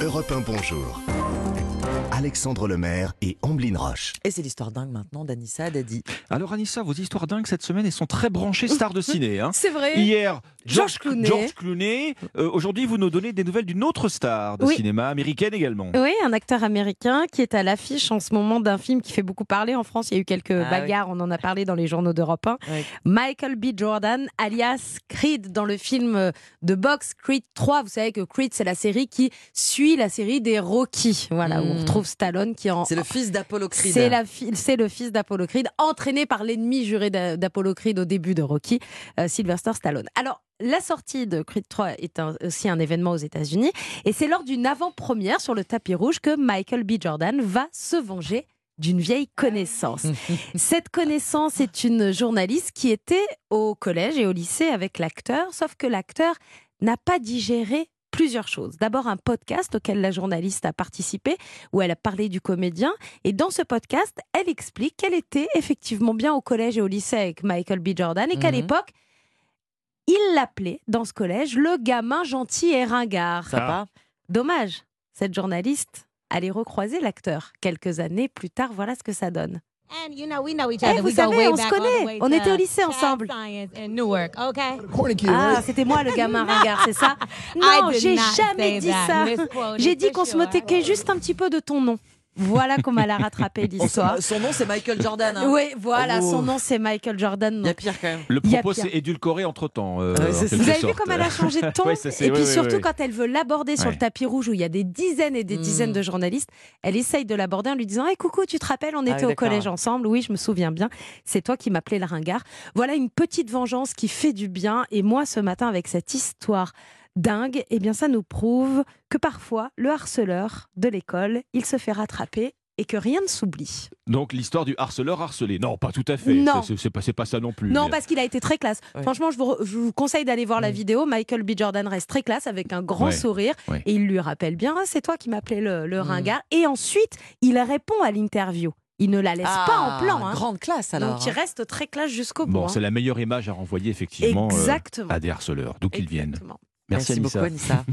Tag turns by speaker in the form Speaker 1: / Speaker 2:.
Speaker 1: Europe 1 Bonjour. Alexandre Lemaire et Amblin Roche.
Speaker 2: Et c'est l'histoire dingue maintenant d'Anissa Dadi.
Speaker 3: Alors Anissa, vos histoires dingues cette semaine, elles sont très branchées stars de ciné. hein.
Speaker 4: C'est vrai.
Speaker 3: Hier,
Speaker 4: George Clooney.
Speaker 3: George Clooney. Euh, Aujourd'hui, vous nous donnez des nouvelles d'une autre star de
Speaker 4: Oui. Euh,
Speaker 3: cinéma, américaine également.
Speaker 4: Oui, un acteur américain qui est à l'affiche en ce moment d'un film qui fait beaucoup parler en France. Il y a eu quelques
Speaker 2: Ah oui.
Speaker 4: bagarres, on en a parlé dans les journaux d'Europe 1.
Speaker 2: Ouais.
Speaker 4: Michael B. Jordan, alias Creed, dans le film euh, de boxe Creed 3. Vous savez que Creed, c'est la série qui suit la série des Rocky. Voilà, où on
Speaker 2: Mm.
Speaker 4: retrouve Stallone qui en.
Speaker 2: C'est le fils d'Apollo Creed.
Speaker 4: C'est la fi- c'est le fils d'Apollo Creed, entraîné par l'ennemi juré d'A- d'Apollo Creed au début de Rocky, euh, Sylvester Stallone. Alors, la sortie de Creed 3 est un- aussi un événement aux États-Unis, et c'est lors d'une avant-première sur le tapis rouge que Michael B. Jordan va se venger d'une vieille connaissance. Cette connaissance est une journaliste qui était au collège et au lycée avec l'acteur, sauf que l'acteur n'a pas digéré plusieurs choses. D'abord un podcast auquel la journaliste a participé, où elle a parlé du comédien, et dans ce podcast, elle explique qu'elle était effectivement bien au collège et au lycée avec Michael B. Jordan, et qu'à
Speaker 2: Mhm.
Speaker 4: l'époque, il l'appelait dans ce collège le gamin gentil et ringard. Ah.
Speaker 2: Ça va
Speaker 4: Dommage, cette journaliste allait recroiser l'acteur. Quelques années plus tard, voilà ce que ça donne.
Speaker 5: And you know, we know each
Speaker 4: Eh,
Speaker 5: other.
Speaker 4: vous
Speaker 5: we go
Speaker 4: savez,
Speaker 5: way
Speaker 4: on se
Speaker 5: back, all the
Speaker 4: connaît.
Speaker 5: way
Speaker 4: On
Speaker 5: to
Speaker 4: était au lycée
Speaker 5: child
Speaker 4: ensemble.
Speaker 5: Science in Newark, okay?
Speaker 4: Ah, c'était moi le gamin ringard, c'est ça Non,
Speaker 5: I did
Speaker 4: j'ai
Speaker 5: not
Speaker 4: jamais
Speaker 5: say
Speaker 4: dit
Speaker 5: that.
Speaker 4: ça.
Speaker 5: Misquoted
Speaker 4: J'ai dit
Speaker 5: for
Speaker 4: qu'on se
Speaker 5: sure.
Speaker 4: moquait juste un petit peu de ton nom. Voilà comment elle a rattrapé
Speaker 2: On s-
Speaker 4: l'histoire.
Speaker 2: Son nom, c'est Michael Jordan. hein.
Speaker 4: Oui, voilà,
Speaker 2: Oh.
Speaker 4: son nom c'est Michael Jordan.
Speaker 2: Il y a pire quand même.
Speaker 3: Le
Speaker 4: Il y a
Speaker 3: propos
Speaker 4: pire.
Speaker 3: s'est édulcoré entre-temps. euh,
Speaker 2: Ouais,
Speaker 3: en
Speaker 2: c'est ça.
Speaker 3: quelque
Speaker 4: Vous avez vu
Speaker 3: sorte.
Speaker 4: comme elle a changé de ton
Speaker 3: Ouais, ça, c'est-
Speaker 4: Et
Speaker 3: ouais,
Speaker 4: puis
Speaker 3: ouais,
Speaker 4: surtout
Speaker 3: ouais.
Speaker 4: quand elle veut l'aborder sur
Speaker 3: Ouais.
Speaker 4: le tapis rouge où il y a des dizaines et des
Speaker 2: Mm.
Speaker 4: dizaines de journalistes, elle essaye de l'aborder en lui disant hey, coucou, tu te rappelles, on
Speaker 2: Ah
Speaker 4: était
Speaker 2: oui,
Speaker 4: au collège
Speaker 2: d'accord.
Speaker 4: ensemble, oui, je me souviens bien, c'est toi qui m'appelais le ringard. Voilà une petite vengeance qui fait du bien. Et moi, ce matin, avec cette histoire dingue, eh bien, ça nous prouve que parfois, le harceleur de l'école, il se fait rattraper et que rien ne s'oublie.
Speaker 3: Donc l'histoire du harceleur harcelé. Non, pas tout à fait.
Speaker 4: Non.
Speaker 3: C'est- C'est c'est pas, c'est pas ça non plus.
Speaker 4: Non,
Speaker 3: Mais-
Speaker 4: parce qu'il a été très classe.
Speaker 2: Ouais.
Speaker 4: Franchement, je vous, re- je vous conseille d'aller voir la
Speaker 2: Mm.
Speaker 4: vidéo. Michael B. Jordan reste très classe avec un grand
Speaker 3: Ouais.
Speaker 4: sourire
Speaker 3: Ouais.
Speaker 4: et il lui rappelle bien Ah, c'est toi qui m'appelais le, le
Speaker 2: Mm.
Speaker 4: ringard. Et ensuite, il répond à l'interview. Il ne la laisse pas en plan. hein.
Speaker 2: Grande classe Ah, alors.
Speaker 4: Donc, il reste très classe jusqu'au bout.
Speaker 3: Bon,
Speaker 4: hein.
Speaker 3: c'est la meilleure image à renvoyer effectivement euh,
Speaker 4: Exactement.
Speaker 3: à des harceleurs, d'où qu'ils viennent.
Speaker 4: Exactement.
Speaker 3: Merci,
Speaker 2: Merci
Speaker 3: Anissa.
Speaker 2: beaucoup, Anissa.